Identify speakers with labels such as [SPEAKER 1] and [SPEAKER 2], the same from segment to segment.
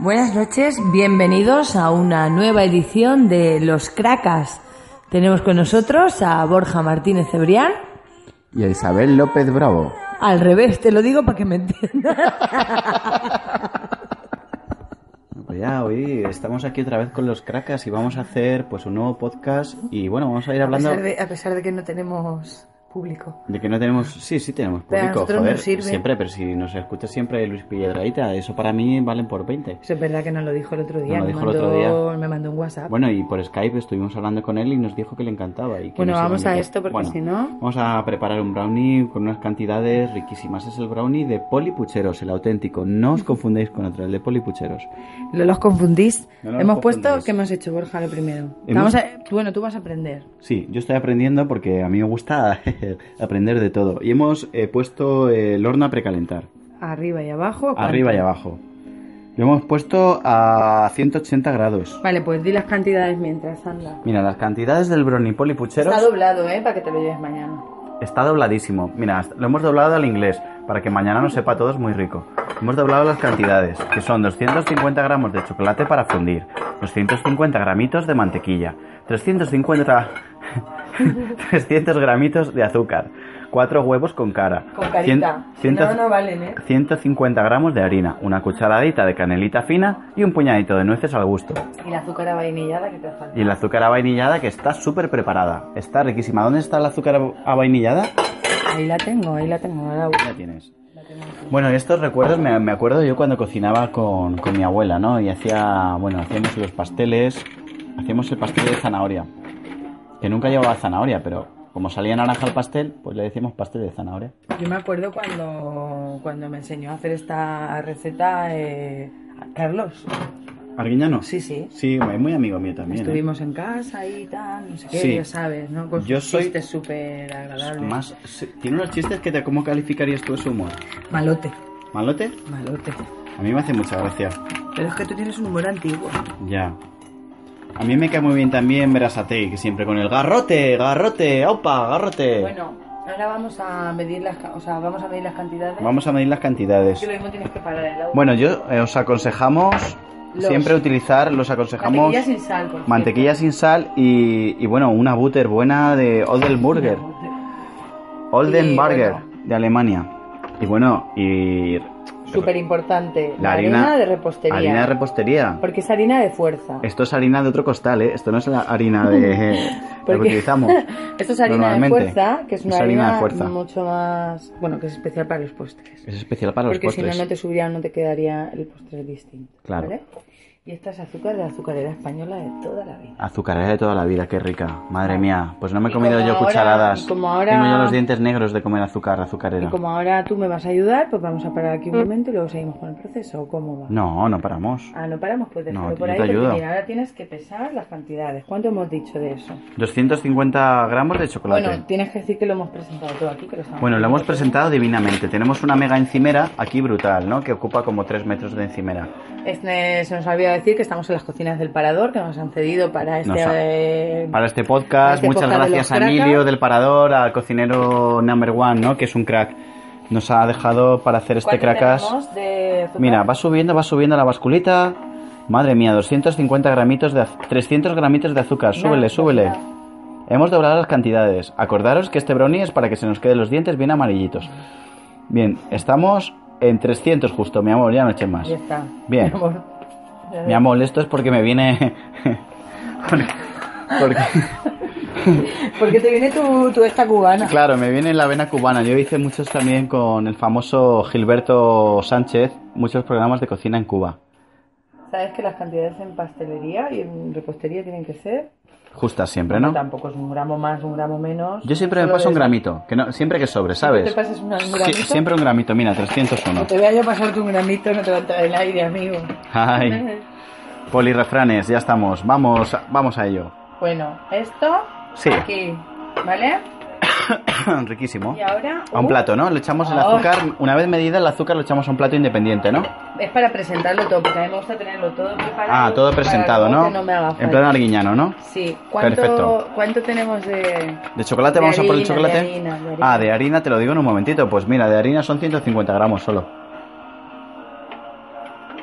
[SPEAKER 1] Buenas noches, bienvenidos a una nueva edición de Los Cracas. Tenemos con nosotros a Borja Martínez Cebrián.
[SPEAKER 2] Y a Isabel López Bravo.
[SPEAKER 1] Al revés, te lo digo para que me entiendas.
[SPEAKER 3] Pues ya, hoy estamos aquí otra vez con los cracas y vamos a hacer pues un nuevo podcast y bueno, vamos a ir hablando
[SPEAKER 4] A pesar de, a pesar de que no tenemos público.
[SPEAKER 3] de que no tenemos, sí, sí tenemos
[SPEAKER 4] Pero a
[SPEAKER 3] público,
[SPEAKER 4] nosotros
[SPEAKER 3] joder,
[SPEAKER 4] nos sirve.
[SPEAKER 3] siempre, pero si nos escucha siempre Luis Piedraíta, eso para mí valen por 20.
[SPEAKER 4] Eso es verdad que nos lo dijo el otro día.
[SPEAKER 3] Nos lo
[SPEAKER 4] me
[SPEAKER 3] dijo el
[SPEAKER 4] mandó,
[SPEAKER 3] otro día.
[SPEAKER 4] me mandó un WhatsApp.
[SPEAKER 3] Bueno, y por Skype estuvimos hablando con él y nos dijo que le encantaba. Y que
[SPEAKER 4] Bueno,
[SPEAKER 3] nos iba
[SPEAKER 4] vamos a
[SPEAKER 3] indicar.
[SPEAKER 4] esto porque
[SPEAKER 3] Bueno,
[SPEAKER 4] si no-
[SPEAKER 3] Vamos a preparar un brownie con unas cantidades riquísimas. Es el brownie de Polipucheros, el auténtico. No os confundéis con otro, el de Polipucheros.
[SPEAKER 4] No los confundís.
[SPEAKER 3] No los
[SPEAKER 4] hemos
[SPEAKER 3] confundís.
[SPEAKER 4] puesto que hemos hecho Borja lo primero.
[SPEAKER 3] Hemos-
[SPEAKER 4] Vamos a- bueno, tú vas a aprender.
[SPEAKER 3] Sí, yo estoy aprendiendo porque a mí me gusta aprender de todo. Y hemos eh, puesto eh, el horno a precalentar,
[SPEAKER 4] Arriba y abajo. ¿cuánto?
[SPEAKER 3] arriba y abajo. Lo hemos puesto a 180 grados.
[SPEAKER 4] Vale, pues di las cantidades mientras anda.
[SPEAKER 3] Mira, las cantidades del brownie Polipucheros
[SPEAKER 4] Está doblado, ¿eh? Para que te lo lleves mañana.
[SPEAKER 3] está dobladísimo. Mira, hasta- lo hemos doblado al inglés para que mañana nos sepa a todos muy rico. Hemos doblado las cantidades, que son 250 gramos de chocolate para fundir, 250 gramitos de mantequilla, 350 300 gramitos de azúcar, 4 huevos con cara,
[SPEAKER 4] Con carita.
[SPEAKER 3] cien-
[SPEAKER 4] No, no valen, ¿eh?
[SPEAKER 3] 150 gramos de harina, una cucharadita de canelita fina y un puñadito de nueces al gusto.
[SPEAKER 4] Y la azúcar vainillada que te falta.
[SPEAKER 3] Y el azúcar avainillada que está súper preparada. Está riquísima. ¿Dónde está el azúcar av- avainillada?
[SPEAKER 4] Ahí la tengo, ahí la tengo. ahora voy.
[SPEAKER 3] Ya tienes. Bueno, estos recuerdos me, me acuerdo yo cuando cocinaba con, con mi abuela, ¿no? Y hacía, bueno, hacíamos los pasteles, hacíamos el pastel de zanahoria, que nunca llevaba zanahoria, pero como salía naranja al pastel, pues le decíamos pastel de zanahoria.
[SPEAKER 4] Yo me acuerdo cuando, cuando me enseñó a hacer esta receta eh, Carlos.
[SPEAKER 3] ¿Arguiñano?
[SPEAKER 4] Sí, sí.
[SPEAKER 3] Sí, es muy amigo mío también. ¿eh?
[SPEAKER 4] Estuvimos en casa y tal, no sé qué,
[SPEAKER 3] Sí.
[SPEAKER 4] ya sabes, ¿no? Con
[SPEAKER 3] Yo
[SPEAKER 4] sus
[SPEAKER 3] soy-
[SPEAKER 4] chistes súper agradable.
[SPEAKER 3] Más, sí, tiene unos chistes que te, ¿cómo calificarías tú su humor?
[SPEAKER 4] Malote,
[SPEAKER 3] ¿Malote?
[SPEAKER 4] malote.
[SPEAKER 3] A mí me hace mucha gracia.
[SPEAKER 4] Pero es que tú tienes un humor antiguo.
[SPEAKER 3] Ya. A mí me cae muy bien también Verasatei, que siempre con el garrote, garrote, opa, garrote.
[SPEAKER 4] Bueno, ahora vamos a medir las, ca- o sea, vamos a medir las cantidades.
[SPEAKER 3] Vamos a medir las cantidades.
[SPEAKER 4] Que lo mismo tienes que parar el agua.
[SPEAKER 3] Bueno, yo eh, os aconsejamos
[SPEAKER 4] Los-
[SPEAKER 3] siempre utilizar, los aconsejamos
[SPEAKER 4] mantequilla sin sal, por
[SPEAKER 3] mantequilla sin sal y, y, bueno, una butter buena de Oldenburger, Oldenburger de Alemania. Y bueno, y
[SPEAKER 4] Súper importante.
[SPEAKER 3] la harina,
[SPEAKER 4] de repostería.
[SPEAKER 3] Harina de repostería.
[SPEAKER 4] Porque es harina de fuerza.
[SPEAKER 3] Esto es harina de otro costal, ¿eh? Esto no es la harina de la que
[SPEAKER 4] Porque-
[SPEAKER 3] utilizamos.
[SPEAKER 4] Esto es harina de
[SPEAKER 3] Normalmente,
[SPEAKER 4] fuerza, que es una
[SPEAKER 3] es harina
[SPEAKER 4] harina,
[SPEAKER 3] de fuerza.
[SPEAKER 4] mucho más... Bueno, que es especial para los postres.
[SPEAKER 3] Es especial para
[SPEAKER 4] Porque
[SPEAKER 3] los
[SPEAKER 4] si no,
[SPEAKER 3] postres.
[SPEAKER 4] no te subiría, no te quedaría el postre distinto.
[SPEAKER 3] Claro.
[SPEAKER 4] ¿vale? Y esta es azúcar de la azucarera española de toda la vida.
[SPEAKER 3] Azucarera de toda la vida, qué rica. Madre mía, pues no me he
[SPEAKER 4] Y
[SPEAKER 3] comido
[SPEAKER 4] como
[SPEAKER 3] yo
[SPEAKER 4] ahora-
[SPEAKER 3] cucharadas.
[SPEAKER 4] y como ahora-
[SPEAKER 3] Tengo yo los dientes negros de comer azúcar, azucarera.
[SPEAKER 4] Y como ahora tú me vas a ayudar, pues vamos a parar aquí un momento y luego seguimos con el proceso. ¿o ¿Cómo va?
[SPEAKER 3] No, no paramos.
[SPEAKER 4] Ah, no paramos, pues déjalo
[SPEAKER 3] No,
[SPEAKER 4] por
[SPEAKER 3] yo
[SPEAKER 4] ahí.
[SPEAKER 3] te
[SPEAKER 4] porque
[SPEAKER 3] ayudo.
[SPEAKER 4] mira, ahora tienes que pesar las cantidades. ¿Cuánto hemos dicho de eso?
[SPEAKER 3] 250 gramos de chocolate.
[SPEAKER 4] Bueno, tienes que decir que lo hemos presentado todo aquí. Que lo estamos
[SPEAKER 3] Bueno, lo hemos
[SPEAKER 4] haciendo
[SPEAKER 3] presentado divinamente. Tenemos una mega encimera aquí brutal, ¿no? Que ocupa como 3 metros de encimera.
[SPEAKER 4] nosotros. Este, se nos olvidó decir que estamos en las cocinas del Parador, que nos han cedido para este...
[SPEAKER 3] Nos ha-
[SPEAKER 4] eh,
[SPEAKER 3] Para este podcast,
[SPEAKER 4] Este
[SPEAKER 3] muchas
[SPEAKER 4] podcast de
[SPEAKER 3] gracias a
[SPEAKER 4] los cracas.
[SPEAKER 3] Emilio del Parador, al cocinero number one, ¿no? Que es un crack. Nos ha dejado para hacer este
[SPEAKER 4] ¿cuánto
[SPEAKER 3] cracas.
[SPEAKER 4] tenemos de azúcar?
[SPEAKER 3] Mira, va subiendo, va subiendo la basculita. Madre mía, 250 gramitos de az- 300 gramitos de azúcar.
[SPEAKER 4] Nada,
[SPEAKER 3] Súbele,
[SPEAKER 4] no
[SPEAKER 3] súbele.
[SPEAKER 4] está.
[SPEAKER 3] Hemos doblado las cantidades. Acordaros que este brownie es para que se nos queden los dientes bien amarillitos. Bien, estamos en 300 justo, mi amor, ya no eché más.
[SPEAKER 4] Ya está.
[SPEAKER 3] Bien.
[SPEAKER 4] Mi amor.
[SPEAKER 3] Mi amor, esto es porque me viene... porque...
[SPEAKER 4] Porque te viene tu, tu esta cubana.
[SPEAKER 3] Claro, me viene la vena cubana. Yo hice muchos también con el famoso Gilberto Sánchez, muchos programas de cocina en Cuba.
[SPEAKER 5] Sabes que las cantidades en pastelería y en repostería tienen que ser.
[SPEAKER 3] Justas siempre, ¿no?
[SPEAKER 5] Tampoco es un gramo más, un gramo menos.
[SPEAKER 3] Yo siempre me
[SPEAKER 5] Solo
[SPEAKER 3] paso un
[SPEAKER 5] es-
[SPEAKER 3] gramito, que no, siempre que sobre,
[SPEAKER 5] ¿Te
[SPEAKER 3] ¿sabes?
[SPEAKER 5] pasas un
[SPEAKER 3] Sí,
[SPEAKER 5] gramito?
[SPEAKER 3] siempre un gramito, mira, 301.
[SPEAKER 5] Que Te vea yo pasarte un gramito, no te va a entrar el aire, amigo.
[SPEAKER 3] Ay, polirrefranes, ya estamos, vamos, vamos a ello.
[SPEAKER 5] Bueno, esto
[SPEAKER 3] Sí.
[SPEAKER 5] aquí, ¿vale?
[SPEAKER 3] Riquísimo.
[SPEAKER 5] Y ahora
[SPEAKER 3] A un
[SPEAKER 5] uh,
[SPEAKER 3] plato, ¿no? Le echamos el
[SPEAKER 5] Ahora.
[SPEAKER 3] azúcar, una vez medida el azúcar, lo echamos a un plato independiente, ¿no?
[SPEAKER 5] Es para presentarlo todo, porque a mí me gusta tenerlo todo preparado.
[SPEAKER 3] Ah, todo
[SPEAKER 5] para
[SPEAKER 3] presentado,
[SPEAKER 5] luego
[SPEAKER 3] ¿no?
[SPEAKER 5] que no me haga falta.
[SPEAKER 3] En plan arguiñano, ¿no?
[SPEAKER 5] Sí. ¿Cuánto,
[SPEAKER 3] Perfecto.
[SPEAKER 5] ¿Cuánto tenemos de...?
[SPEAKER 3] ¿De chocolate?
[SPEAKER 5] De
[SPEAKER 3] ¿Vamos a por el
[SPEAKER 5] harina, de
[SPEAKER 3] chocolate?
[SPEAKER 5] harina, de harina.
[SPEAKER 3] Ah, de harina te lo digo en un momentito. Pues mira, de harina son 150 gramos solo.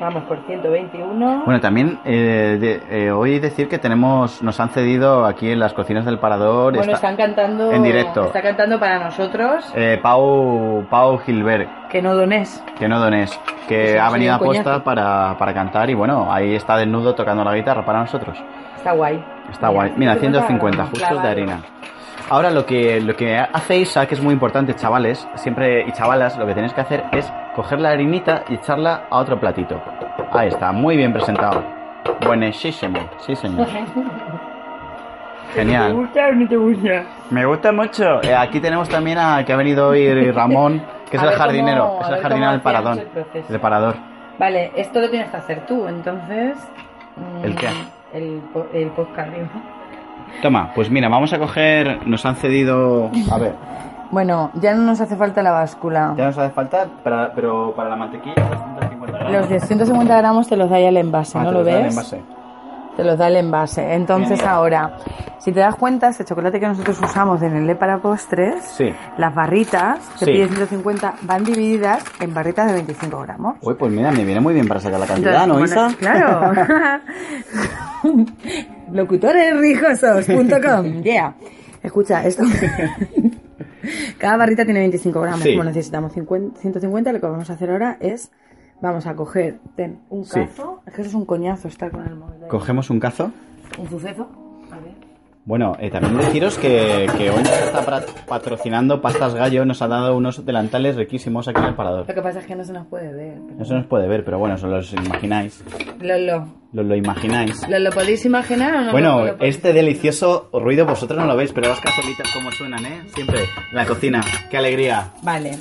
[SPEAKER 5] Vamos, por 121.
[SPEAKER 3] Bueno, también eh, de- eh, hoy decir que tenemos, nos han cedido aquí en las cocinas del Parador.
[SPEAKER 5] Bueno,
[SPEAKER 3] está-
[SPEAKER 5] están cantando...
[SPEAKER 3] en directo.
[SPEAKER 5] Está cantando para nosotros.
[SPEAKER 3] eh, Pau, Pau Gilbert,
[SPEAKER 5] Que no dones.
[SPEAKER 3] que no dones,
[SPEAKER 5] Eso
[SPEAKER 3] que
[SPEAKER 5] no
[SPEAKER 3] ha
[SPEAKER 5] sería
[SPEAKER 3] venido
[SPEAKER 5] Pues un
[SPEAKER 3] a posta
[SPEAKER 5] coñazo.
[SPEAKER 3] para, para cantar y bueno, ahí está desnudo tocando la guitarra para nosotros.
[SPEAKER 5] Está guay.
[SPEAKER 3] Está guay. Mira, 150
[SPEAKER 5] gramos,
[SPEAKER 3] justos de
[SPEAKER 5] claro.
[SPEAKER 3] harina. Ahora lo que, lo que hace Isa, que es muy importante, chavales, siempre y chavalas, lo que tenéis que hacer es coger la harinita y echarla a otro platito. Ahí está, muy bien presentado. Buenísimo, sí señor.
[SPEAKER 5] ¿Te
[SPEAKER 3] Genial.
[SPEAKER 5] gusta o no te gusta?
[SPEAKER 3] Me gusta mucho. Eh, aquí tenemos también a que ha venido hoy Ramón, que es
[SPEAKER 5] A
[SPEAKER 3] el
[SPEAKER 5] ver cómo-
[SPEAKER 3] jardinero,
[SPEAKER 5] a
[SPEAKER 3] es el
[SPEAKER 5] ver cómo
[SPEAKER 3] jardinero del
[SPEAKER 5] hacíamos
[SPEAKER 3] paradón,
[SPEAKER 5] el proceso.
[SPEAKER 3] del parador.
[SPEAKER 5] Vale, esto lo tienes que hacer tú, entonces... mm,
[SPEAKER 3] ¿El qué?
[SPEAKER 5] El, po- el podcast, digo.
[SPEAKER 3] Toma, pues mira, vamos a coger, nos han cedido, a ver,
[SPEAKER 5] Bueno, ya no nos hace falta la báscula.
[SPEAKER 3] ya nos hace falta, para- pero para la mantequilla 250 gramos.
[SPEAKER 5] Los 250 gramos te los da ya el envase,
[SPEAKER 3] Ah,
[SPEAKER 5] ¿no
[SPEAKER 3] te
[SPEAKER 5] lo
[SPEAKER 3] los dan en
[SPEAKER 5] ves?
[SPEAKER 3] envase.
[SPEAKER 5] Te los da el envase. Entonces
[SPEAKER 3] Genial.
[SPEAKER 5] ahora, si te das cuenta, este chocolate que nosotros usamos en el E para postres,
[SPEAKER 3] Sí.
[SPEAKER 5] las barritas, que
[SPEAKER 3] Sí.
[SPEAKER 5] pide 150, van divididas en barritas de 25 gramos.
[SPEAKER 3] Uy, pues mira, me viene muy bien para sacar la cantidad,
[SPEAKER 5] Entonces,
[SPEAKER 3] ¿no,
[SPEAKER 5] bueno,
[SPEAKER 3] Isa?
[SPEAKER 5] Claro. Locutoresrijosos.com. Yeah. Escucha, esto. Cada barrita tiene 25 gramos.
[SPEAKER 3] Sí.
[SPEAKER 5] Como necesitamos 50 150, lo que vamos a hacer ahora es. Vamos a coger ten, un
[SPEAKER 3] Sí.
[SPEAKER 5] cazo. Es que eso es un coñazo estar con el móvil. ahí.
[SPEAKER 3] Cogemos un cazo.
[SPEAKER 5] Un suceso. A ver.
[SPEAKER 3] Bueno, eh, también deciros que, que hoy nos está pra- patrocinando Pastas Gallo, nos ha dado unos delantales riquísimos aquí en el
[SPEAKER 5] Lo
[SPEAKER 3] parador.
[SPEAKER 5] que pasa es que no se nos puede ver.
[SPEAKER 3] No se nos puede ver, pero bueno, se los imagináis.
[SPEAKER 5] Lo, lo,
[SPEAKER 3] Lo, lo imagináis.
[SPEAKER 5] lo, lo podéis imaginar o no?
[SPEAKER 3] Bueno,
[SPEAKER 5] lo- lo podéis-
[SPEAKER 3] este delicioso ruido vosotros no lo veis, pero las cazolitas como suenan, ¿eh? Siempre. en La cocina. ¡Qué alegría!
[SPEAKER 5] Vale.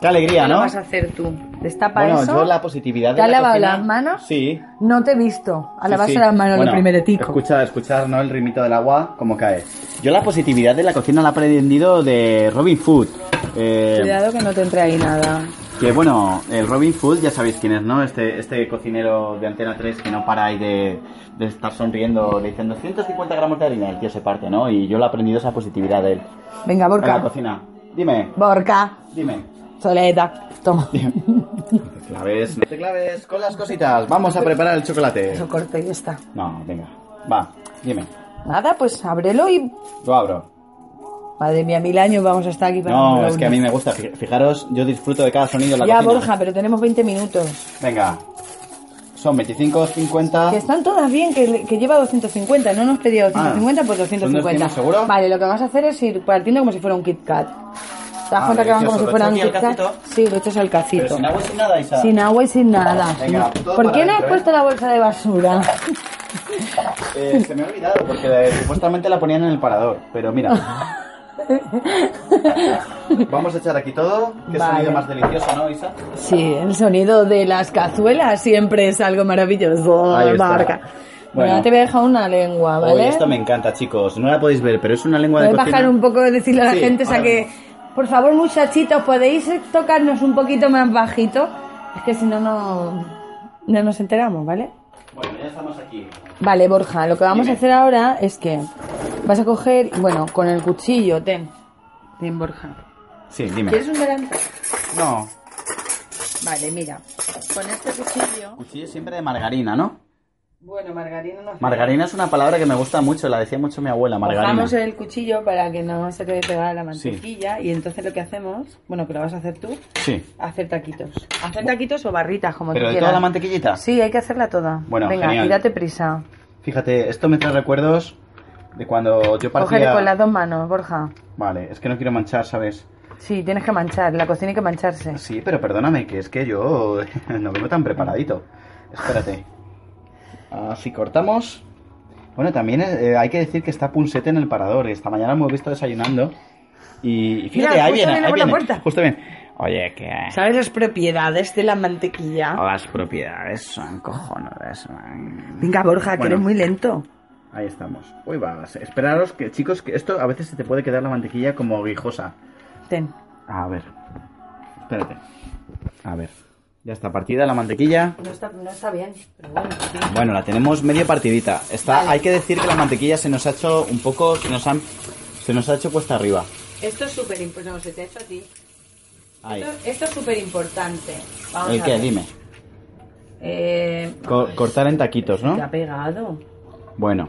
[SPEAKER 3] ¡Qué alegría,
[SPEAKER 5] ¿Qué lo
[SPEAKER 3] ¿no?
[SPEAKER 5] vas a hacer tú? Destapa
[SPEAKER 3] Bueno,
[SPEAKER 5] eso.
[SPEAKER 3] yo la positividad de
[SPEAKER 5] ¿Te has
[SPEAKER 3] la
[SPEAKER 5] lavado
[SPEAKER 3] cocina-
[SPEAKER 5] las manos?
[SPEAKER 3] Sí,
[SPEAKER 5] No te he visto. A lavarse
[SPEAKER 3] Sí, sí.
[SPEAKER 5] las manos
[SPEAKER 3] Bueno,
[SPEAKER 5] lo primero, tico.
[SPEAKER 3] Escucha, escuchar, ¿no? El ritmito del agua, como cae. Yo la positividad de la cocina la he aprendido de Robin Food. Eh,
[SPEAKER 5] Cuidado que no te entre ahí nada.
[SPEAKER 3] que bueno, el Robin Food, ya sabéis quién es, ¿no? Este, este cocinero de Antena 3 que no para ahí de, de estar sonriendo, le dicen 250 gramos de harina, el tío se parte, ¿no? Y yo lo he aprendido esa positividad de él.
[SPEAKER 5] Venga,
[SPEAKER 3] En la
[SPEAKER 5] Borca.
[SPEAKER 3] cocina. Dime,
[SPEAKER 5] Borca.
[SPEAKER 3] dime.
[SPEAKER 5] Soleta. Toma.
[SPEAKER 3] No te claves, no te claves con las cositas. Vamos a preparar el chocolate.
[SPEAKER 5] Eso corto y ya está.
[SPEAKER 3] No, venga. Va, dime.
[SPEAKER 5] Nada, pues ábrelo y...
[SPEAKER 3] Lo abro.
[SPEAKER 5] Madre mía, mil años vamos a estar aquí para...
[SPEAKER 3] No,
[SPEAKER 5] comprar
[SPEAKER 3] es que a
[SPEAKER 5] uno.
[SPEAKER 3] mí me gusta. Fi- Fijaros, yo disfruto de cada sonido en la
[SPEAKER 5] Ya,
[SPEAKER 3] cocina.
[SPEAKER 5] Borja, pero tenemos 20 minutos.
[SPEAKER 3] Venga. Son 25, 50.
[SPEAKER 5] Que están todas bien, que, que lleva 250. No nos pedía 250,
[SPEAKER 3] Ah. Ah,
[SPEAKER 5] pues
[SPEAKER 3] ¿son
[SPEAKER 5] 250.
[SPEAKER 3] dos tiempos seguro?
[SPEAKER 5] Vale, lo que vas a hacer es ir partiendo como si fuera un Kit Kat. ¿Te das
[SPEAKER 3] Ah,
[SPEAKER 5] cuenta que van como
[SPEAKER 3] delicioso.
[SPEAKER 5] si fueran
[SPEAKER 3] ¿Lo
[SPEAKER 5] un
[SPEAKER 3] echas
[SPEAKER 5] Kit
[SPEAKER 3] aquí al
[SPEAKER 5] Kat?
[SPEAKER 3] cacito?
[SPEAKER 5] Sí, lo echas al cacito.
[SPEAKER 3] Pero sin agua y sin nada, Isa.
[SPEAKER 5] Sin agua y sin nada.
[SPEAKER 3] Venga, todo
[SPEAKER 5] ¿Por
[SPEAKER 3] para
[SPEAKER 5] qué no has
[SPEAKER 3] dentro, ¿eh?
[SPEAKER 5] puesto la bolsa de basura?
[SPEAKER 3] Eh, se me ha olvidado porque eh, supuestamente la ponían en el parador. Pero mira. Vamos a echar aquí todo. Qué
[SPEAKER 5] Vale.
[SPEAKER 3] sonido más delicioso, ¿no, Isa?
[SPEAKER 5] Sí, el sonido de las cazuelas siempre es algo maravilloso.
[SPEAKER 3] Ahí está.
[SPEAKER 5] Marca. Bueno,
[SPEAKER 3] Bueno.
[SPEAKER 5] ahora te voy a dejar una lengua,
[SPEAKER 3] Uy,
[SPEAKER 5] ¿vale?
[SPEAKER 3] esto me encanta, chicos. No la podéis ver, pero es una lengua de
[SPEAKER 5] Puedes
[SPEAKER 3] cocina.
[SPEAKER 5] bajar un poco, decirle a la
[SPEAKER 3] Sí,
[SPEAKER 5] gente, o sea
[SPEAKER 3] ahora
[SPEAKER 5] que, por favor, muchachitos, podéis tocarnos un poquito más bajito. Es que si no, no, no nos enteramos, ¿vale?
[SPEAKER 3] Bueno, ya estamos aquí.
[SPEAKER 5] Vale, Borja, lo que vamos
[SPEAKER 3] Dime.
[SPEAKER 5] a hacer ahora es que vas a coger, bueno, con el cuchillo, ten. Ten, Borja.
[SPEAKER 3] Sí, dime.
[SPEAKER 5] ¿Quieres un delantal?
[SPEAKER 3] No.
[SPEAKER 5] Vale, mira, con este cuchillo...
[SPEAKER 3] Cuchillo siempre de margarina, ¿no?
[SPEAKER 5] Bueno, margarina no...
[SPEAKER 3] Margarina es una palabra que me gusta mucho, la decía mucho mi abuela, margarina.
[SPEAKER 5] Mojamos el cuchillo para que no se quede pegada la
[SPEAKER 3] Sí.
[SPEAKER 5] mantequilla y entonces lo que hacemos, bueno, que lo vas a hacer tú,
[SPEAKER 3] Sí.
[SPEAKER 5] hacer taquitos. Hacer taquitos o barritas, como
[SPEAKER 3] ¿Pero
[SPEAKER 5] tú
[SPEAKER 3] de
[SPEAKER 5] quieras.
[SPEAKER 3] toda la mantequillita?
[SPEAKER 5] Sí, hay que hacerla toda.
[SPEAKER 3] Bueno,
[SPEAKER 5] Venga,
[SPEAKER 3] genial.
[SPEAKER 5] y date prisa.
[SPEAKER 3] Fíjate, esto me trae recuerdos de cuando yo partía...
[SPEAKER 5] Coger con las dos manos, Borja.
[SPEAKER 3] Vale, es que no quiero manchar, ¿sabes?
[SPEAKER 5] Sí, tienes que manchar, la cocina hay que mancharse.
[SPEAKER 3] Sí, pero perdóname, que es que yo no vengo tan preparadito. Espérate. Así cortamos. Bueno, también eh, hay que decir que está Punset en el parador. Esta mañana me he visto desayunando. Y y fíjate,
[SPEAKER 5] Mira,
[SPEAKER 3] ahí
[SPEAKER 5] justo
[SPEAKER 3] viene,
[SPEAKER 5] viene
[SPEAKER 3] ahí
[SPEAKER 5] por la
[SPEAKER 3] viene.
[SPEAKER 5] puerta.
[SPEAKER 3] Justo bien. Oye, que
[SPEAKER 5] ¿Sabes las propiedades de la mantequilla?
[SPEAKER 3] las propiedades son cojonudas. man.
[SPEAKER 5] Venga, Borja, que
[SPEAKER 3] Bueno.
[SPEAKER 5] eres muy lento.
[SPEAKER 3] Ahí estamos. Uy, va, esperaros que, chicos, que esto a veces se te puede quedar la mantequilla como guijosa.
[SPEAKER 5] Ten.
[SPEAKER 3] A ver. Espérate. A ver. Ya está partida la mantequilla.
[SPEAKER 4] No está, no está bien, pero bueno. sí.
[SPEAKER 3] Bueno, la tenemos media partidita. Está, hay que decir que la mantequilla se nos ha hecho un poco, se nos han, se nos ha hecho cuesta arriba.
[SPEAKER 4] Esto es súper importante. No, se te ha hecho a ti.
[SPEAKER 3] Ahí.
[SPEAKER 4] Esto, esto es súper importante. Vamos
[SPEAKER 3] ¿El
[SPEAKER 4] a
[SPEAKER 3] qué?
[SPEAKER 4] ver.
[SPEAKER 3] Dime.
[SPEAKER 4] Eh,
[SPEAKER 3] Co- cortar en taquitos,
[SPEAKER 4] Te ha
[SPEAKER 3] ¿no?
[SPEAKER 4] pegado.
[SPEAKER 3] Bueno.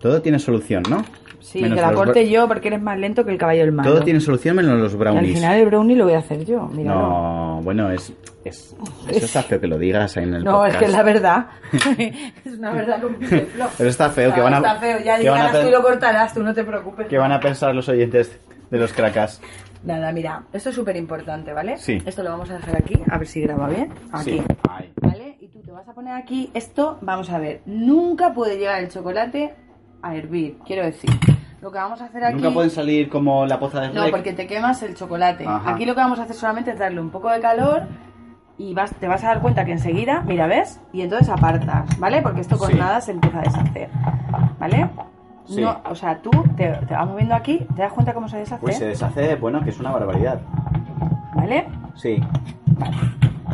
[SPEAKER 3] Todo tiene solución, ¿no?
[SPEAKER 5] Sí,
[SPEAKER 3] Menos
[SPEAKER 5] que la
[SPEAKER 3] los
[SPEAKER 5] corte
[SPEAKER 3] bro-
[SPEAKER 5] yo porque eres más lento que el caballo del mar.
[SPEAKER 3] Todo tiene solución menos los
[SPEAKER 5] al
[SPEAKER 3] brownies.
[SPEAKER 5] final el brownie lo voy a hacer yo, mira.
[SPEAKER 3] No, bueno, es, es eso está feo que lo digas en el
[SPEAKER 5] No, es
[SPEAKER 3] podcast.
[SPEAKER 5] que es la verdad.
[SPEAKER 4] Es una verdad con pico y flor.
[SPEAKER 3] Pero está feo que van a
[SPEAKER 5] Está feo, ya
[SPEAKER 3] que van a
[SPEAKER 5] llegarás tú
[SPEAKER 3] pe-
[SPEAKER 5] y lo cortarás, tú no te preocupes.
[SPEAKER 3] que van a pensar los oyentes de los cracas.
[SPEAKER 5] Nada, mira, esto es súper importante, ¿vale?
[SPEAKER 3] Sí.
[SPEAKER 5] Esto lo vamos a dejar aquí, a ver si graba bien. Aquí.
[SPEAKER 3] Sí. Ay.
[SPEAKER 5] ¿Vale? Y tú te vas a poner aquí esto, vamos a ver, nunca puede llegar el chocolate a hervir, quiero decir. Lo que vamos a hacer aquí...
[SPEAKER 3] Nunca pueden salir como la poza de
[SPEAKER 5] No,
[SPEAKER 3] Rec.
[SPEAKER 5] porque te quemas el chocolate.
[SPEAKER 3] Ajá.
[SPEAKER 5] Aquí lo que vamos a hacer solamente es darle un poco de calor y vas, te vas a dar cuenta que enseguida, mira, ¿ves? Y entonces apartas, ¿vale? Porque esto con
[SPEAKER 3] Sí.
[SPEAKER 5] nada se empieza a deshacer, ¿vale?
[SPEAKER 3] Sí.
[SPEAKER 5] No, o sea, tú te, te vas moviendo aquí, te das cuenta cómo se deshace,
[SPEAKER 3] Uy, se deshace, bueno, que es una barbaridad.
[SPEAKER 5] ¿vale?
[SPEAKER 3] Sí.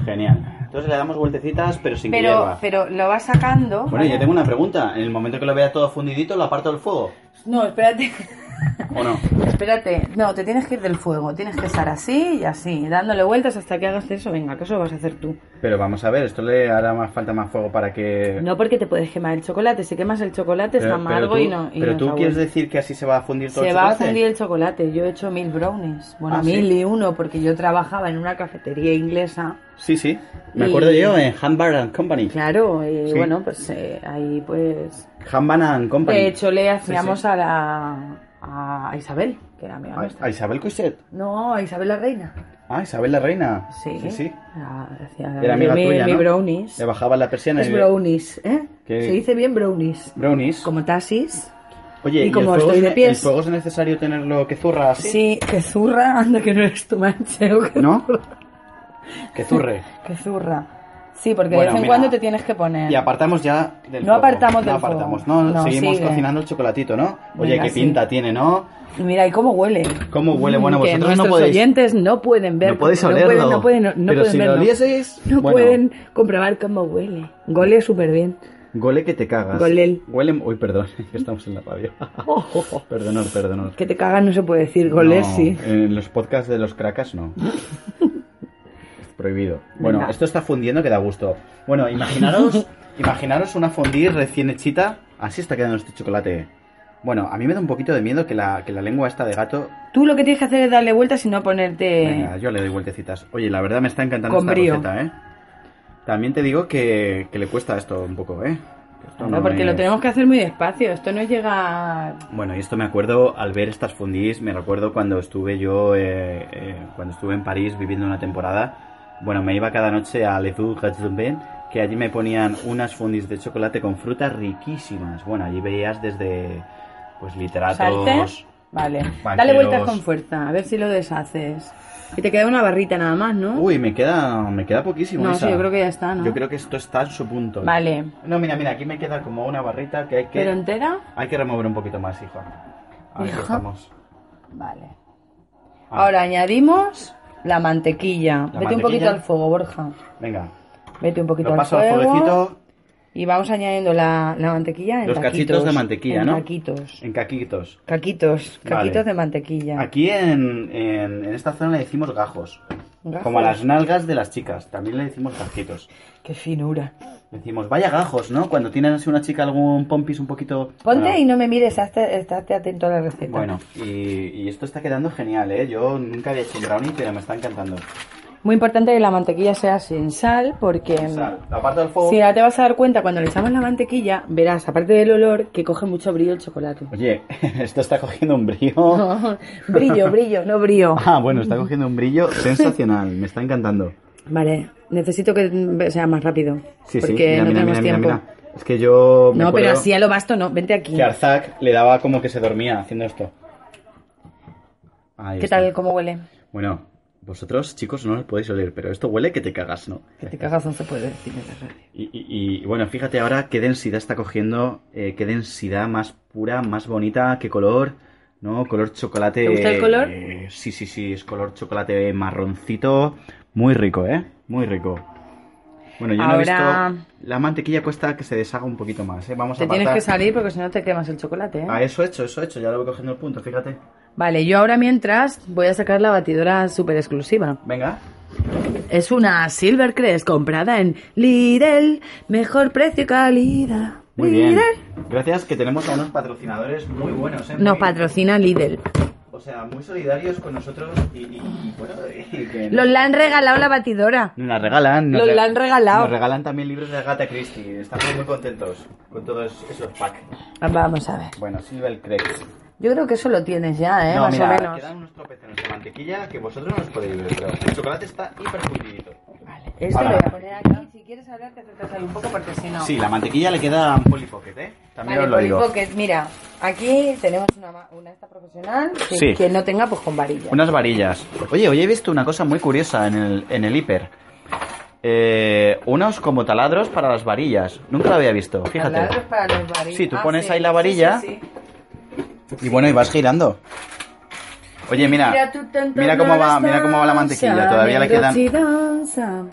[SPEAKER 3] Genial. Entonces le damos vueltecitas, pero sin que
[SPEAKER 5] Pero,
[SPEAKER 3] hierva.
[SPEAKER 5] pero lo vas sacando.
[SPEAKER 3] Bueno, yo
[SPEAKER 5] ¿vale?
[SPEAKER 3] tengo una pregunta. En el momento que lo vea todo fundidito, ¿lo aparto del fuego?
[SPEAKER 5] No, espérate.
[SPEAKER 3] ¿O no?
[SPEAKER 5] Espérate, no, te tienes que ir del fuego, tienes que estar así y así, dándole vueltas hasta que hagas eso. Venga, que eso lo vas a hacer tú.
[SPEAKER 3] Pero vamos a ver, esto le hará más falta más fuego para que...
[SPEAKER 5] No porque te puedes quemar el chocolate, si quemas el chocolate está amargo
[SPEAKER 3] tú,
[SPEAKER 5] y no. y
[SPEAKER 3] pero
[SPEAKER 5] no
[SPEAKER 3] tú
[SPEAKER 5] está
[SPEAKER 3] quieres
[SPEAKER 5] bueno.
[SPEAKER 3] decir que así se va a fundir todo
[SPEAKER 5] Se
[SPEAKER 3] el
[SPEAKER 5] va a
[SPEAKER 3] chocolate?
[SPEAKER 5] fundir el chocolate, yo he hecho mil brownies, bueno,
[SPEAKER 3] Ah,
[SPEAKER 5] mil
[SPEAKER 3] ¿sí?
[SPEAKER 5] y uno, porque yo trabajaba en una cafetería inglesa.
[SPEAKER 3] Sí, sí. Me
[SPEAKER 5] Y-
[SPEAKER 3] acuerdo yo en Hamburg and Company.
[SPEAKER 5] Claro, y
[SPEAKER 3] Sí.
[SPEAKER 5] bueno, pues eh, ahí pues...
[SPEAKER 3] Hamburg and Company.
[SPEAKER 5] De hecho, le
[SPEAKER 3] Sí,
[SPEAKER 5] hacíamos
[SPEAKER 3] sí.
[SPEAKER 5] a la... a Isabel, que era amiga
[SPEAKER 3] A,
[SPEAKER 5] nuestra.
[SPEAKER 3] a Ah, Isabel Coixet.
[SPEAKER 5] No, a Isabel la Reina.
[SPEAKER 3] Ah, Isabel la Reina.
[SPEAKER 5] Sí,
[SPEAKER 3] Sí, sí.
[SPEAKER 5] Ah, hacía
[SPEAKER 3] Era amiga
[SPEAKER 5] mi,
[SPEAKER 3] tuya,
[SPEAKER 5] mi
[SPEAKER 3] ¿no?
[SPEAKER 5] brownies.
[SPEAKER 3] Le bajaba la persiana
[SPEAKER 5] Es
[SPEAKER 3] y...
[SPEAKER 5] brownies, ¿eh?
[SPEAKER 3] ¿Qué?
[SPEAKER 5] Se dice bien brownies.
[SPEAKER 3] Brownies.
[SPEAKER 5] Como taxis.
[SPEAKER 3] Oye,
[SPEAKER 5] Y
[SPEAKER 3] el
[SPEAKER 5] como
[SPEAKER 3] fuego
[SPEAKER 5] estoy
[SPEAKER 3] es
[SPEAKER 5] de
[SPEAKER 3] ne-
[SPEAKER 5] pies.
[SPEAKER 3] ¿El fuego es necesario tenerlo que zurra así?
[SPEAKER 5] Sí, que zurra, anda que no eres tu mancheo. Que,
[SPEAKER 3] ¿No? que zurre.
[SPEAKER 5] que zurra. Sí, porque
[SPEAKER 3] Bueno,
[SPEAKER 5] de vez en
[SPEAKER 3] mira.
[SPEAKER 5] cuando te tienes que poner.
[SPEAKER 3] Y apartamos ya del
[SPEAKER 5] No
[SPEAKER 3] fuego.
[SPEAKER 5] apartamos del
[SPEAKER 3] No apartamos.
[SPEAKER 5] fuego.
[SPEAKER 3] No,
[SPEAKER 5] No,
[SPEAKER 3] seguimos
[SPEAKER 5] sigue.
[SPEAKER 3] cocinando el chocolatito, ¿no? Oye,
[SPEAKER 5] Venga,
[SPEAKER 3] qué
[SPEAKER 5] sí.
[SPEAKER 3] pinta tiene, ¿no?
[SPEAKER 5] Y mira, ¿y cómo huele?
[SPEAKER 3] Cómo huele. Bueno,
[SPEAKER 5] que
[SPEAKER 3] vosotros no
[SPEAKER 5] nuestros
[SPEAKER 3] podéis...
[SPEAKER 5] oyentes no pueden ver.
[SPEAKER 3] no podéis
[SPEAKER 5] cómo-
[SPEAKER 3] olerlo.
[SPEAKER 5] No pueden, no pueden, no
[SPEAKER 3] Pero
[SPEAKER 5] pueden
[SPEAKER 3] si
[SPEAKER 5] verlo.
[SPEAKER 3] lo olieseis...
[SPEAKER 5] No
[SPEAKER 3] bueno,
[SPEAKER 5] pueden comprobar cómo huele. Gole súper bien.
[SPEAKER 3] Gole que te cagas.
[SPEAKER 5] Golel.
[SPEAKER 3] Huele... Uy, perdón, que estamos en la radio. perdonad, perdonad.
[SPEAKER 5] Que te cagas no se puede decir. Gole
[SPEAKER 3] No,
[SPEAKER 5] sí.
[SPEAKER 3] En los podcasts de los cracas no. Es Prohibido. Bueno,
[SPEAKER 5] Venga.
[SPEAKER 3] esto está fundiendo que da gusto. Bueno, imaginaros, imaginaros una fundir recién hechita. Así está quedando este chocolate. Bueno, a mí me da un poquito de miedo que la, que la lengua esta de gato.
[SPEAKER 5] Tú lo que tienes que hacer es darle vueltas y no ponerte.
[SPEAKER 3] Venga, yo le doy vueltecitas. Oye, la verdad me está encantando
[SPEAKER 5] Con
[SPEAKER 3] esta
[SPEAKER 5] brío.
[SPEAKER 3] receta, ¿eh? También te digo que, que le cuesta esto un poco, ¿eh? Que esto
[SPEAKER 5] No, porque lo
[SPEAKER 3] es-
[SPEAKER 5] tenemos que hacer muy despacio. Esto no llega.
[SPEAKER 3] Bueno, y esto me acuerdo al ver estas fundis, me recuerdo cuando estuve yo, eh, eh, cuando estuve en París viviendo una temporada. Bueno, me iba cada noche a Les Deux Gazoumbens, que allí me ponían unas fundis de chocolate con frutas riquísimas. Bueno, allí veías desde, pues, literatos...
[SPEAKER 5] Salte. Vale.
[SPEAKER 3] Vaqueros.
[SPEAKER 5] Dale vueltas con fuerza, a ver si lo deshaces. Y te queda una barrita nada más, ¿no?
[SPEAKER 3] Uy, me queda, me queda poquísimo
[SPEAKER 5] no,
[SPEAKER 3] Isa.
[SPEAKER 5] sí, yo creo que ya está, ¿no?
[SPEAKER 3] Yo creo que esto está en su punto.
[SPEAKER 5] Vale.
[SPEAKER 3] No, mira, mira, aquí me queda como una barrita que hay que...
[SPEAKER 5] ¿Pero entera?
[SPEAKER 3] Hay que remover un poquito más, hijo. A ver,
[SPEAKER 5] Hijo.
[SPEAKER 3] qué estamos...
[SPEAKER 5] Vale.
[SPEAKER 3] Ah.
[SPEAKER 5] Ahora añadimos la mantequilla. Vete un
[SPEAKER 3] mantequilla.
[SPEAKER 5] poquito al fuego, Borja.
[SPEAKER 3] Venga,
[SPEAKER 5] Vete un poquito
[SPEAKER 3] lo
[SPEAKER 5] al
[SPEAKER 3] paso
[SPEAKER 5] fuego.
[SPEAKER 3] al fueguecito...
[SPEAKER 5] Y vamos añadiendo la, la mantequilla en
[SPEAKER 3] Los
[SPEAKER 5] taquitos,
[SPEAKER 3] cachitos de mantequilla,
[SPEAKER 5] en
[SPEAKER 3] ¿no?
[SPEAKER 5] Caquitos.
[SPEAKER 3] En caquitos.
[SPEAKER 5] Caquitos. Caquitos
[SPEAKER 3] Vale.
[SPEAKER 5] de mantequilla.
[SPEAKER 3] Aquí en, en- en esta zona le decimos gajos.
[SPEAKER 5] Gajos.
[SPEAKER 3] Como a las nalgas de las chicas. También le decimos gajitos.
[SPEAKER 5] Qué finura.
[SPEAKER 3] Le decimos, vaya gajos, ¿no? Cuando tienen así una chica algún pompis un poquito.
[SPEAKER 5] Ponte
[SPEAKER 3] bueno,
[SPEAKER 5] y no me mires, hazte- estate atento a la receta.
[SPEAKER 3] Bueno, y, y esto está quedando genial, ¿eh? Yo nunca había hecho un brownie, pero me está encantando.
[SPEAKER 5] Muy importante que la mantequilla sea sin sal, porque
[SPEAKER 3] Sal. Aparte del fuego.
[SPEAKER 5] si ahora te vas a dar cuenta, cuando le echamos la mantequilla, verás, aparte del olor, que coge mucho brillo el chocolate.
[SPEAKER 3] Oye, esto está cogiendo un brillo.
[SPEAKER 5] brillo, brillo, no brillo.
[SPEAKER 3] Ah, bueno, está cogiendo un brillo sensacional. Me está encantando.
[SPEAKER 5] Vale, Necesito que mm, sea más rápido.
[SPEAKER 3] Sí, sí,
[SPEAKER 5] porque
[SPEAKER 3] mira,
[SPEAKER 5] no
[SPEAKER 3] mira, mira,
[SPEAKER 5] tenemos
[SPEAKER 3] mira,
[SPEAKER 5] tiempo.
[SPEAKER 3] mira. Es que yo. me
[SPEAKER 5] No, pero
[SPEAKER 3] acuerdo
[SPEAKER 5] así a lo vasto no. Vente aquí.
[SPEAKER 3] Que Arzak le daba como que se dormía haciendo esto. Ahí
[SPEAKER 5] ¿Qué
[SPEAKER 3] está.
[SPEAKER 5] tal? ¿Cómo huele?
[SPEAKER 3] Bueno, vosotros, chicos, no lo podéis oler, pero esto huele que te cagas, ¿no?
[SPEAKER 5] Que te cagas, no se puede decir en la radio.
[SPEAKER 3] Y, y- y, bueno, fíjate ahora qué densidad está cogiendo, eh, qué densidad más pura, más bonita, qué color, ¿no? Color chocolate.
[SPEAKER 5] ¿Te gusta el color?
[SPEAKER 3] eh, sí, sí, sí, es color chocolate marroncito. Muy rico, ¿eh? Muy rico. Bueno, yo
[SPEAKER 5] Ahora-
[SPEAKER 3] no he visto. La mantequilla cuesta que se deshaga un poquito más, ¿eh? Vamos a
[SPEAKER 5] Te tienes
[SPEAKER 3] apartar-
[SPEAKER 5] que salir porque si no te quemas el chocolate, ¿eh?
[SPEAKER 3] Ah, eso hecho, eso hecho, ya lo voy cogiendo el punto, fíjate.
[SPEAKER 5] Vale, yo ahora mientras voy a sacar la batidora súper exclusiva.
[SPEAKER 3] Venga.
[SPEAKER 5] Es una Silvercrest comprada en Lidl. Mejor precio y calidad.
[SPEAKER 3] Muy bien.
[SPEAKER 5] Lidl.
[SPEAKER 3] Gracias, que tenemos a unos patrocinadores muy buenos, ¿eh?
[SPEAKER 5] Nos
[SPEAKER 3] Muy-
[SPEAKER 5] patrocina Lidl.
[SPEAKER 3] O sea, muy solidarios con nosotros y, y- y, bueno, y que-
[SPEAKER 5] Los la han regalado la batidora.
[SPEAKER 3] Nos la regalan. nos
[SPEAKER 5] Nos
[SPEAKER 3] re-
[SPEAKER 5] la han regalado.
[SPEAKER 3] Nos regalan también libros de Agatha Christie. Estamos muy contentos con todos esos packs.
[SPEAKER 5] Ah, Vamos a ver.
[SPEAKER 3] Bueno, Silver Crepes.
[SPEAKER 5] Yo creo que eso lo tienes ya, ¿eh?
[SPEAKER 3] no,
[SPEAKER 5] Más
[SPEAKER 3] mira,
[SPEAKER 5] o menos.
[SPEAKER 3] quedan unos tropecitos de mantequilla que vosotros no os podéis ver, pero el chocolate está hiper fundidito.
[SPEAKER 5] Este
[SPEAKER 3] Ahora.
[SPEAKER 5] lo voy a poner.
[SPEAKER 4] Poner aquí, si quieres hablar, te acercas ahí un poco porque si no.
[SPEAKER 3] Sí, la mantequilla le queda un polipocket, ¿eh? También
[SPEAKER 5] Vale,
[SPEAKER 3] os lo digo.
[SPEAKER 5] Pocket, mira, aquí tenemos una, ma- una esta profesional. Que,
[SPEAKER 3] Sí.
[SPEAKER 5] Quien no tenga, pues con varilla.
[SPEAKER 3] Unas varillas. Oye, hoy he visto una cosa muy curiosa en el, en el hiper. Eh, unos como taladros para las varillas. Nunca lo había visto, fíjate.
[SPEAKER 5] Taladros para los varillas.
[SPEAKER 3] Sí, tú
[SPEAKER 5] Ah,
[SPEAKER 3] pones
[SPEAKER 5] sí,
[SPEAKER 3] ahí la
[SPEAKER 5] sí,
[SPEAKER 3] varilla
[SPEAKER 5] sí, sí.
[SPEAKER 3] y bueno, y vas girando. Oye, mira,
[SPEAKER 5] Mira, tú tanto
[SPEAKER 3] Ah. mira cómo va,
[SPEAKER 5] hablas,
[SPEAKER 3] mira cómo va la mantequilla. Todavía le quedan.
[SPEAKER 5] Si danza.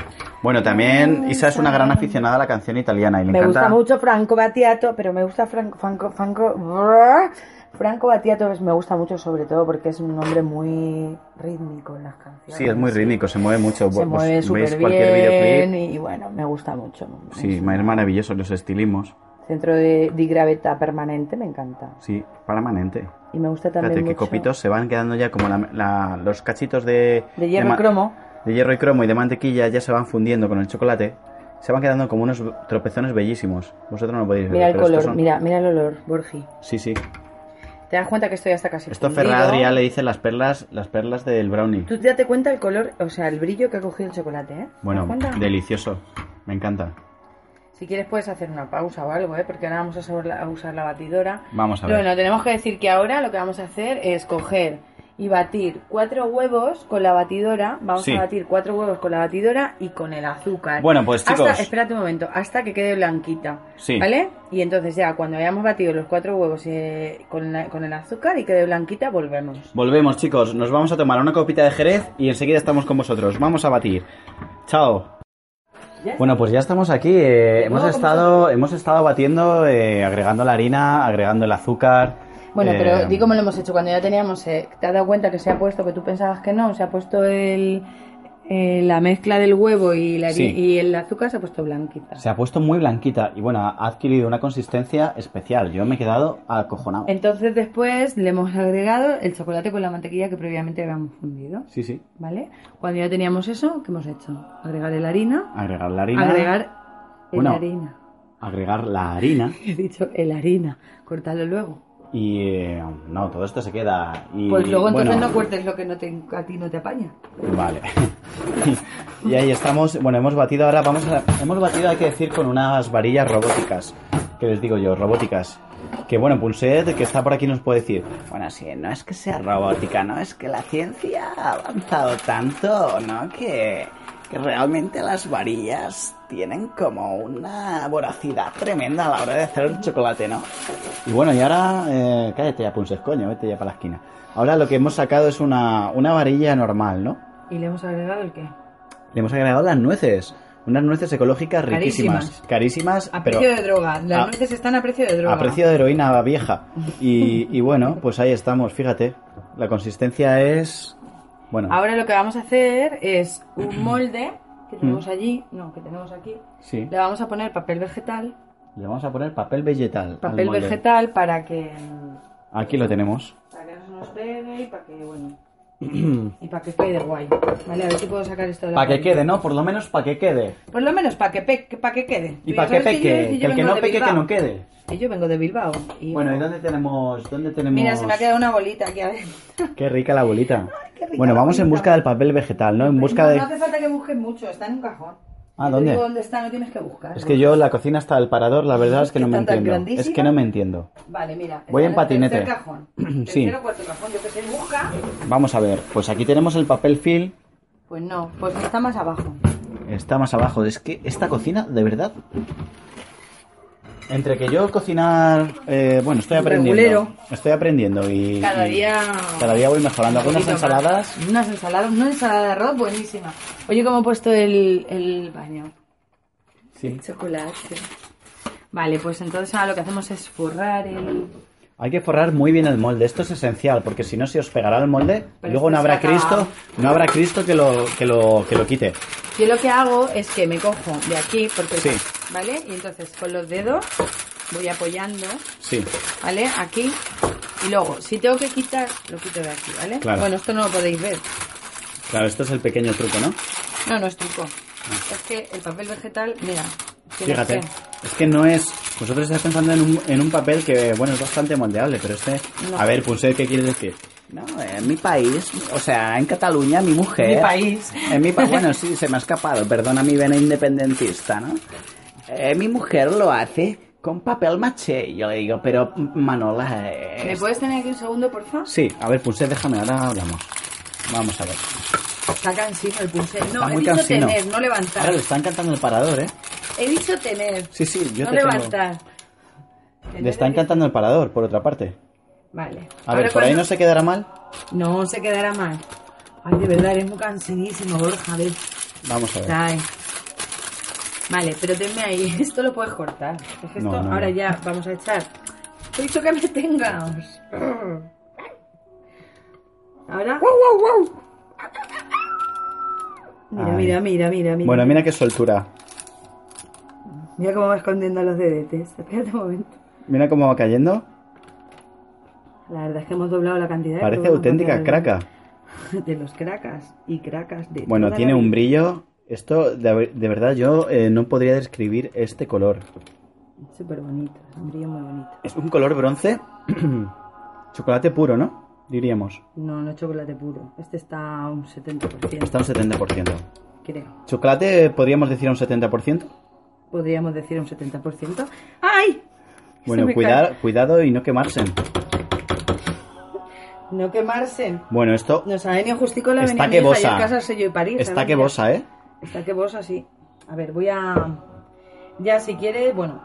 [SPEAKER 3] Bueno, también Isa es una gran aficionada a la canción italiana y le
[SPEAKER 5] Me gusta
[SPEAKER 3] encanta.
[SPEAKER 5] mucho Franco Battiato, pero me gusta Franco Franco Franco brrr. Franco Battiato es- me gusta mucho sobre todo porque es un hombre muy rítmico en las canciones.
[SPEAKER 3] Sí, es muy rítmico, se mueve mucho.
[SPEAKER 5] Se
[SPEAKER 3] Vos
[SPEAKER 5] mueve
[SPEAKER 3] veis
[SPEAKER 5] súper
[SPEAKER 3] cualquier
[SPEAKER 5] bien
[SPEAKER 3] videoclip.
[SPEAKER 5] y bueno, me gusta mucho.
[SPEAKER 3] Sí, es maravilloso los estilismos.
[SPEAKER 5] Centro de, de gravedad permanente me encanta.
[SPEAKER 3] Sí, permanente.
[SPEAKER 5] Y me gusta también
[SPEAKER 3] Fíjate que
[SPEAKER 5] mucho
[SPEAKER 3] copitos se van quedando ya como la- la- los cachitos de,
[SPEAKER 5] de hierro
[SPEAKER 3] ma-
[SPEAKER 5] y cromo.
[SPEAKER 3] de hierro y cromo y de mantequilla ya se van fundiendo con el chocolate. Se van quedando como unos tropezones bellísimos. Vosotros no lo podéis ver.
[SPEAKER 5] Mira el
[SPEAKER 3] pero estos
[SPEAKER 5] color,
[SPEAKER 3] son-
[SPEAKER 5] mira, mira el olor, Borgi.
[SPEAKER 3] Sí, sí.
[SPEAKER 5] ¿Te das cuenta que esto ya está casi
[SPEAKER 3] Esto
[SPEAKER 5] fundido?
[SPEAKER 3] Ferran Adrià le dice las perlas, las perlas del brownie.
[SPEAKER 5] Tú date cuenta el color, o sea, el brillo que ha cogido el chocolate, ¿eh? ¿Te
[SPEAKER 3] Bueno,
[SPEAKER 5] das cuenta?
[SPEAKER 3] delicioso. Me encanta.
[SPEAKER 5] Si quieres puedes hacer una pausa o algo, ¿eh? porque ahora vamos a, usar la- a usar la batidora.
[SPEAKER 3] Vamos a
[SPEAKER 5] Pero
[SPEAKER 3] ver.
[SPEAKER 5] bueno, tenemos que decir que ahora lo que vamos a hacer es coger y batir cuatro huevos con la batidora. Vamos
[SPEAKER 3] Sí.
[SPEAKER 5] a batir cuatro huevos con la batidora y con el azúcar.
[SPEAKER 3] Bueno, pues,
[SPEAKER 5] Hasta-
[SPEAKER 3] chicos.
[SPEAKER 5] espérate un momento, hasta que quede blanquita.
[SPEAKER 3] Sí.
[SPEAKER 5] ¿Vale? Y entonces ya cuando hayamos batido los cuatro huevos eh, con, la- con el azúcar y quede blanquita, volvemos.
[SPEAKER 3] Volvemos, chicos. Nos vamos a tomar una copita de Jerez y enseguida estamos con vosotros. Vamos a batir. Chao. Bueno, pues ya estamos aquí. eh, hemos, estado, hemos estado batiendo, eh, agregando la harina, agregando el azúcar.
[SPEAKER 5] Bueno,
[SPEAKER 3] eh,
[SPEAKER 5] pero di cómo lo hemos hecho cuando ya teníamos. eh, ¿Te has dado cuenta que se ha puesto, que tú pensabas que no? Se ha puesto el, eh, la mezcla del huevo y, la,
[SPEAKER 3] Sí.
[SPEAKER 5] hari- y el azúcar, se ha puesto blanquita.
[SPEAKER 3] Se ha puesto muy blanquita y bueno, ha adquirido una consistencia especial. Yo me he quedado acojonado.
[SPEAKER 5] Entonces, después le hemos agregado el chocolate con la mantequilla que previamente habíamos fundido.
[SPEAKER 3] Sí, sí.
[SPEAKER 5] ¿Vale? Cuando ya teníamos eso, ¿qué hemos hecho? Agregar la harina.
[SPEAKER 3] Agregar la harina.
[SPEAKER 5] Agregar el
[SPEAKER 3] Bueno.
[SPEAKER 5] harina.
[SPEAKER 3] agregar la harina.
[SPEAKER 5] He dicho el harina. Cortarlo luego.
[SPEAKER 3] Y eh, no, todo esto se queda. Y,
[SPEAKER 5] Pues luego entonces
[SPEAKER 3] Mm, bueno,
[SPEAKER 5] no cortes lo que no te, a ti no te apaña.
[SPEAKER 3] Vale. y ahí estamos. Bueno, hemos batido ahora, vamos a. Hemos batido, hay que decir, con unas varillas robóticas. Que les digo yo, robóticas. Que bueno, Punset, que está por aquí, nos puede decir. Bueno, sí, no es que sea robótica, no es que la ciencia ha avanzado tanto, ¿no? Que. Que realmente las varillas tienen como una voracidad tremenda a la hora de hacer el chocolate, ¿no? Y bueno, y ahora, eh, cállate ya, Punset, coño, vete ya para la esquina. Ahora lo que hemos sacado es una, una varilla normal, ¿no?
[SPEAKER 5] ¿Y le hemos agregado el qué?
[SPEAKER 3] Le hemos agregado las nueces. Unas nueces ecológicas riquísimas. Carísimas,
[SPEAKER 5] A
[SPEAKER 3] pero
[SPEAKER 5] precio de droga. Las
[SPEAKER 3] a-
[SPEAKER 5] nueces están a precio de droga.
[SPEAKER 3] a precio de heroína vieja. Y, y bueno, pues ahí estamos, fíjate. La consistencia es. Bueno,
[SPEAKER 5] Ahora lo que vamos a hacer es un molde que
[SPEAKER 3] Mm.
[SPEAKER 5] tenemos allí, no, que tenemos aquí.
[SPEAKER 3] sí.
[SPEAKER 5] Le vamos a poner papel vegetal.
[SPEAKER 3] Le vamos a poner papel vegetal. al
[SPEAKER 5] Papel
[SPEAKER 3] molde.
[SPEAKER 5] vegetal para que,
[SPEAKER 3] Aquí lo tenemos.
[SPEAKER 5] para que no se nos pegue y para que, bueno, y para que quede guay. Vale, a ver si puedo sacar esto de la
[SPEAKER 3] Para que
[SPEAKER 5] bolsa.
[SPEAKER 3] quede, ¿no? Por lo menos para que quede.
[SPEAKER 5] Por lo menos para que, pe- que- para que quede.
[SPEAKER 3] Y
[SPEAKER 5] Tú
[SPEAKER 3] para
[SPEAKER 5] ya
[SPEAKER 3] que
[SPEAKER 5] sabes yo-
[SPEAKER 3] peque.
[SPEAKER 5] este yo
[SPEAKER 3] Que el que
[SPEAKER 5] vengo
[SPEAKER 3] no
[SPEAKER 5] de
[SPEAKER 3] peque, que
[SPEAKER 5] Bilbao.
[SPEAKER 3] no quede.
[SPEAKER 5] Y yo vengo de Bilbao. Y
[SPEAKER 3] Bueno, ¿y dónde tenemos.? ¿Dónde tenemos.?
[SPEAKER 5] Mira, se me ha quedado una bolita aquí adentro.
[SPEAKER 3] Qué rica
[SPEAKER 5] Pues
[SPEAKER 3] la bolita. bueno, vamos en busca del papel vegetal, ¿no? En busca de.
[SPEAKER 5] No hace falta que busques mucho, está en un cajón.
[SPEAKER 3] Ah,
[SPEAKER 5] Yo te
[SPEAKER 3] ¿dónde?
[SPEAKER 5] digo dónde está, no tienes que buscar.
[SPEAKER 3] Es que yo, la cocina hasta el parador, la verdad es que
[SPEAKER 5] que
[SPEAKER 3] no me
[SPEAKER 5] está tan
[SPEAKER 3] entiendo. Es
[SPEAKER 5] grandísima.
[SPEAKER 3] que no me entiendo.
[SPEAKER 5] Vale, mira.
[SPEAKER 3] Voy
[SPEAKER 5] está
[SPEAKER 3] en
[SPEAKER 5] el
[SPEAKER 3] patinete.
[SPEAKER 5] tercer cajón.
[SPEAKER 3] Sí.
[SPEAKER 5] Tercero, cuarto cajón, yo que sé, busca.
[SPEAKER 3] Vamos a ver, pues aquí tenemos el papel film.
[SPEAKER 5] Pues no, pues está más abajo.
[SPEAKER 3] Está más abajo. Es que esta cocina, de verdad. Entre que yo cocinar. eh, bueno, estoy aprendiendo.
[SPEAKER 5] Regulero.
[SPEAKER 3] Estoy aprendiendo y.
[SPEAKER 5] Cada
[SPEAKER 3] y
[SPEAKER 5] día.
[SPEAKER 3] cada día voy mejorando. Algunas
[SPEAKER 5] Un poquito
[SPEAKER 3] ensaladas.
[SPEAKER 5] más. Unas ensaladas, una ensalada de arroz buenísima. Oye, ¿cómo he puesto el, el baño?
[SPEAKER 3] Sí.
[SPEAKER 5] Chocolate. Vale, pues entonces ahora lo que hacemos es forrar el...
[SPEAKER 3] Hay que forrar muy bien el molde. Esto es esencial, porque si no se os pegará el molde.
[SPEAKER 5] Pero
[SPEAKER 3] luego no
[SPEAKER 5] esto
[SPEAKER 3] habrá
[SPEAKER 5] se acaba.
[SPEAKER 3] Cristo. No habrá Cristo que lo, que lo, que lo quite.
[SPEAKER 5] Yo lo que hago es que me cojo de aquí, porque...
[SPEAKER 3] Sí.
[SPEAKER 5] ¿Vale? Y entonces con los dedos voy apoyando,
[SPEAKER 3] Sí.
[SPEAKER 5] ¿vale? Aquí. Y luego, si tengo que quitar, lo quito de aquí, ¿vale?
[SPEAKER 3] Claro.
[SPEAKER 5] Bueno, esto no lo podéis ver.
[SPEAKER 3] Claro, esto es el pequeño truco, ¿no?
[SPEAKER 5] No, no es truco. Es que el papel vegetal, mira. tiene
[SPEAKER 3] Ah. Fíjate,
[SPEAKER 5] que-
[SPEAKER 3] es que no es. Vosotros estáis pensando en un, en un papel que, bueno, es bastante moldeable, pero este.
[SPEAKER 5] No.
[SPEAKER 3] A ver, Punset, ¿qué quieres decir? No, en mi país, o sea, en Cataluña, mi mujer.
[SPEAKER 5] Mi país.
[SPEAKER 3] En mi país, bueno, sí, se me ha escapado, perdona mi vena independentista, ¿no? Eh, mi mujer lo hace con papel maché, yo le digo, pero Manola. eh,
[SPEAKER 5] ¿Me puedes tener aquí un segundo, por favor?
[SPEAKER 3] Sí, a ver, Punset, déjame, ahora hablamos. Vamos a ver.
[SPEAKER 5] Está cansino el pulsero. No,
[SPEAKER 3] Está
[SPEAKER 5] he
[SPEAKER 3] muy
[SPEAKER 5] dicho
[SPEAKER 3] cansino.
[SPEAKER 5] tener, no levantar.
[SPEAKER 3] Ahora le está encantando el parador, ¿eh?
[SPEAKER 5] He dicho tener,
[SPEAKER 3] Sí, sí, yo
[SPEAKER 5] no
[SPEAKER 3] te tengo-
[SPEAKER 5] levantar.
[SPEAKER 3] Le está encantando el parador, por otra parte.
[SPEAKER 5] Vale.
[SPEAKER 3] A ver,
[SPEAKER 5] Ahora
[SPEAKER 3] por ahí no
[SPEAKER 5] cuando-
[SPEAKER 3] se quedará mal.
[SPEAKER 5] No, se quedará mal. Ay, de verdad, eres muy cansinísimo, Borja. A ver.
[SPEAKER 3] Vamos a ver.
[SPEAKER 5] Ay. Vale, pero tenme ahí. Esto lo puedes cortar. Es que
[SPEAKER 3] No,
[SPEAKER 5] esto
[SPEAKER 3] no,
[SPEAKER 5] ahora
[SPEAKER 3] no.
[SPEAKER 5] ya vamos a echar. Te he dicho que me tengas. Ahora. Mira,
[SPEAKER 3] Ay.
[SPEAKER 5] mira, mira, mira, mira.
[SPEAKER 3] Bueno, mira qué soltura.
[SPEAKER 5] Mira cómo va escondiendo los dedetes. Espérate un momento.
[SPEAKER 3] Mira cómo va cayendo.
[SPEAKER 5] La verdad es que hemos doblado la cantidad.
[SPEAKER 3] Parece
[SPEAKER 5] pero Eh, bueno,
[SPEAKER 3] auténtica
[SPEAKER 5] no te
[SPEAKER 3] craca.
[SPEAKER 5] arreglo. De los cracas y cracas de.
[SPEAKER 3] Bueno,
[SPEAKER 5] toda
[SPEAKER 3] tiene
[SPEAKER 5] la
[SPEAKER 3] un
[SPEAKER 5] vida.
[SPEAKER 3] brillo. Esto, de, de verdad, yo eh, no podría describir este color.
[SPEAKER 5] Súper bonito, es un brillo muy bonito.
[SPEAKER 3] Es un color bronce. Chocolate puro, ¿no? Diríamos.
[SPEAKER 5] No, no es chocolate puro. Este está a un 70%,
[SPEAKER 3] Está a un 70%.
[SPEAKER 5] creo.
[SPEAKER 3] Chocolate, eh, podríamos decir a un 70%.
[SPEAKER 5] Podríamos decir un 70%. ¡Ay! Se
[SPEAKER 3] Bueno,
[SPEAKER 5] me
[SPEAKER 3] cuidar, cuidado y no quemarse.
[SPEAKER 5] cae. No quemarse.
[SPEAKER 3] Bueno, esto
[SPEAKER 5] Nos ha venido justico la
[SPEAKER 3] está
[SPEAKER 5] avenida
[SPEAKER 3] que
[SPEAKER 5] Mija, y el
[SPEAKER 3] bosa.
[SPEAKER 5] casa sello y París.
[SPEAKER 3] Está
[SPEAKER 5] ¿sabes?
[SPEAKER 3] que bosa, ¿eh?
[SPEAKER 5] Está que vos así. A ver, voy a... Ya si quieres, bueno,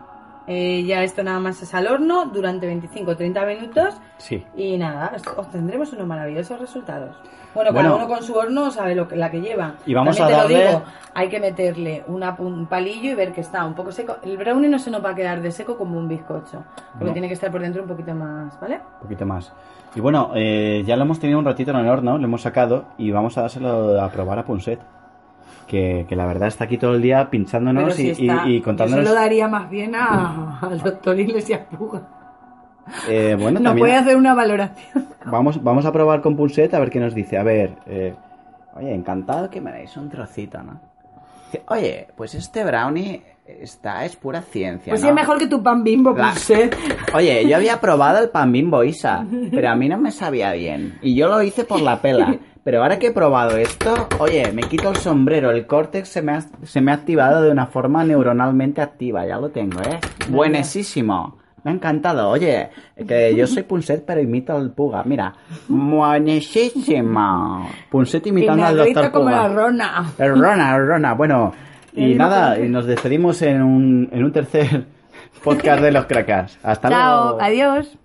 [SPEAKER 5] eh, ya esto nada más es al horno durante 25 o 30 minutos
[SPEAKER 3] Sí.
[SPEAKER 5] y nada, os- obtendremos unos maravillosos resultados. Bueno,
[SPEAKER 3] Bueno.
[SPEAKER 5] cada uno con su horno sabe lo que, la que lleva.
[SPEAKER 3] Y vamos
[SPEAKER 5] También
[SPEAKER 3] a
[SPEAKER 5] te lo
[SPEAKER 3] darle-
[SPEAKER 5] digo, hay que meterle una, pu- un palillo y ver que está un poco seco. El brownie no se nos va a quedar de seco como un bizcocho, porque
[SPEAKER 3] No.
[SPEAKER 5] tiene que estar por dentro un poquito más, ¿vale?
[SPEAKER 3] Un poquito más. Y bueno, eh, ya lo hemos tenido un ratito en el horno, lo hemos sacado y vamos a dárselo a probar a Punset. Que, que la verdad está aquí todo el día pinchándonos y, y- y contándonos.
[SPEAKER 5] daría más bien al doctor Iglesias Puga.
[SPEAKER 3] Eh, bueno, también
[SPEAKER 5] hacer una valoración.
[SPEAKER 3] vamos, vamos a probar con Punset a ver qué nos dice. A ver, eh, oye, encantado que me deis un trocito, ¿no? Dice, Oye, pues este brownie está, es pura
[SPEAKER 4] Pues
[SPEAKER 3] ciencia. ¿no?
[SPEAKER 5] que tu pan bimbo, pues
[SPEAKER 3] La- Oye, yo había probado el pan bimbo Isa, pero a mí no me sabía bien. Y yo lo hice por la pela. Pero ahora que he probado esto, oye, me quito el sombrero, el córtex se me ha, se me ha activado de una forma neuronalmente activa, ya lo tengo, ¿eh? Buenísimo. Me ha encantado. Oye, que yo soy Punset, pero imito al Puga. Mira, buenísimo. Punset imitando al doctor Puga.
[SPEAKER 5] rona.
[SPEAKER 3] El Rona, el Rona. Bueno, y nada, y nos despedimos en un, en un tercer podcast de los cracas. Hasta luego.
[SPEAKER 5] adiós.